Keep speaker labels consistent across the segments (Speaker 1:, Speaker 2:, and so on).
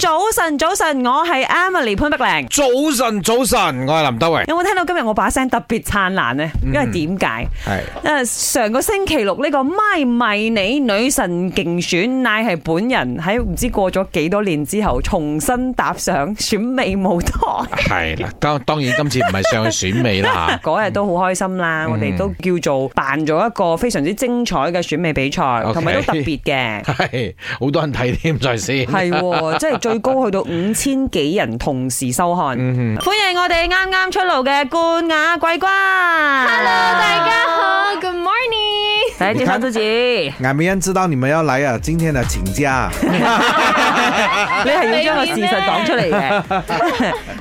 Speaker 1: 早晨，早晨，我係 Emily 潘碧玲。
Speaker 2: 早晨，早晨，我係林德榮，
Speaker 1: 有冇聽到今日我把聲特別燦爛呢？因為點解？
Speaker 2: 係
Speaker 1: 因為上個星期六呢個咪迷你女神競選，乃係本人喺唔知過咗幾多年之後，重新踏上選美舞台。
Speaker 2: 係啦，當當然今次唔係上去選美啦
Speaker 1: 嗰日都好開心啦，我哋都叫做辦咗一個非常之精彩嘅選美比賽，
Speaker 2: OK
Speaker 1: 同埋都特別嘅。
Speaker 2: 吓，係好多人睇添在先，
Speaker 1: 係喎，即係最高去到五千幾人同時收看。歡迎我哋啱啱出爐嘅冠亞季軍。Hello，
Speaker 3: 大家好，Good morning。
Speaker 1: 来介紹自己，你
Speaker 4: 俺们人知道你们要来啊，今天的请 假。
Speaker 1: 係要將個事實講出嚟嘅。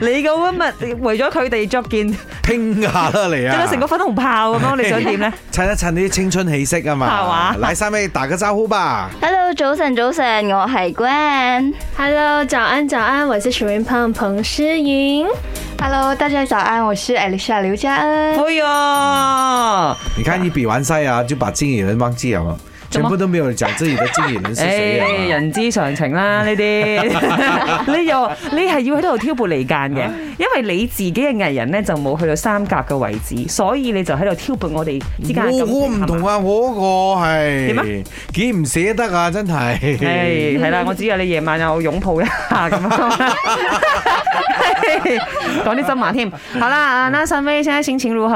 Speaker 1: 你個今日為咗佢哋着件，
Speaker 4: 拼下啦你
Speaker 1: 着
Speaker 4: 啊！
Speaker 1: 到成個粉紅炮咁樣，你想點咧？
Speaker 4: 衬一衬啲青春氣息啊
Speaker 1: 係嘛
Speaker 4: 嘛。嚟三位打個招呼吧。
Speaker 5: Hello，早晨，早晨，我係 Gwen。
Speaker 3: Hello，早安，早安，我是水云胖彭诗莹。
Speaker 5: Hello，大家早安，我是 Alicia 刘嘉恩。
Speaker 1: 哎呀，
Speaker 4: 你看你比完賽啊，就把經理人忘記了，全部都沒有講自己的經理人是誰
Speaker 1: 誒
Speaker 4: 啊。
Speaker 1: 哎人之常情啦，呢 啲你又你係要喺度挑撥離間
Speaker 2: 啊
Speaker 1: 嘅，因為你自己嘅藝人咧就冇去到三甲嘅位置，所以你就喺度挑撥我哋之間嘅感
Speaker 4: 我
Speaker 1: 情。
Speaker 4: 我唔同啊，我個
Speaker 1: 點
Speaker 4: 係幾唔捨得啊，真係。
Speaker 1: 係係
Speaker 2: 嗯
Speaker 1: 啦，我知啊，你夜晚又擁抱一下咁樣，講啲真話添。好啦，啊那三位現在心情如何？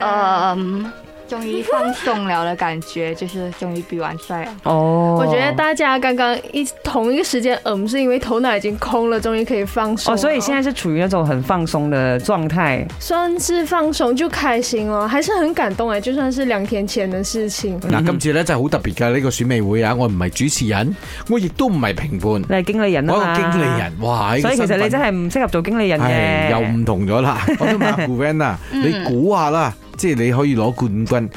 Speaker 3: 哦
Speaker 5: 嗯，终于放松了的感觉，就是终于比完赛了。
Speaker 1: 哦
Speaker 3: 我觉得大家刚刚一同一个时间，嗯，是因为头脑已经空了，终于可以放松
Speaker 1: 哦，
Speaker 3: 了。
Speaker 1: 所以现在是处于那种很放松的状态。
Speaker 3: 算是放松就开心了，还是很感动哎，就算是两天前的事情。
Speaker 2: 嗱，今次咧真係好特別㗎呢個選美會啊！我唔係主持人，我亦都唔係評
Speaker 1: 你係經理人
Speaker 2: 判，
Speaker 1: 啊
Speaker 2: 我係
Speaker 1: 嘛，
Speaker 2: 個經理。人，哇！呢個
Speaker 1: 所以其實你
Speaker 2: 身
Speaker 1: 真
Speaker 2: 份
Speaker 1: 係唔適合做經理人
Speaker 2: 係
Speaker 1: 嘅。嗯
Speaker 2: 又唔同 咗啦。
Speaker 4: 我都問阿 Gwen 啊，你估下啦，即係你可以攞冠軍，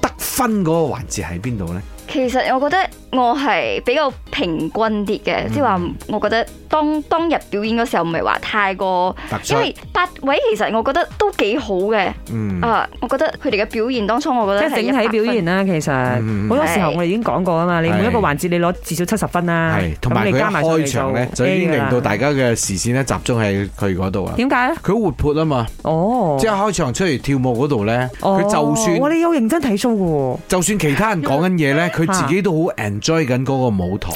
Speaker 4: 得分嗰個環節喺邊度呢？
Speaker 5: 其實我覺得我係比較平均啲嘅，即係話我覺得當當日表演嗰時候唔係話太過，
Speaker 4: 突出
Speaker 5: 因，為八位其實我覺得都幾好嘅。
Speaker 4: 嗯，
Speaker 1: 哦
Speaker 5: 啊，我覺得佢哋嘅表現當初我
Speaker 1: 即
Speaker 5: 覺得
Speaker 1: 係整
Speaker 5: 係
Speaker 1: 體表現
Speaker 5: 100分。
Speaker 1: 啦，其實
Speaker 4: 嗯
Speaker 1: 好多時候我哋已經講過啊嘛，你每一個
Speaker 4: 係
Speaker 1: 環節你攞至少七十分啦，
Speaker 4: 係，同埋
Speaker 1: 啊咁
Speaker 4: 佢
Speaker 1: 你
Speaker 4: 一
Speaker 1: 加埋上嚟
Speaker 4: 開場咧，
Speaker 1: 就
Speaker 4: 就已
Speaker 1: A 㗎
Speaker 4: 經
Speaker 1: 啦
Speaker 4: 令到大家嘅視線咧集中喺佢嗰度啊。
Speaker 1: 點解咧？
Speaker 4: 佢好活潑啊嘛，
Speaker 1: 哦，
Speaker 4: 即係開場出嚟跳舞嗰度咧，佢就
Speaker 1: 我
Speaker 4: 算
Speaker 1: 哋有認真睇 show 嘅喎。 啊
Speaker 4: 就算其他人講緊嘢咧，佢自己都好 enjoy 緊嗰個舞台。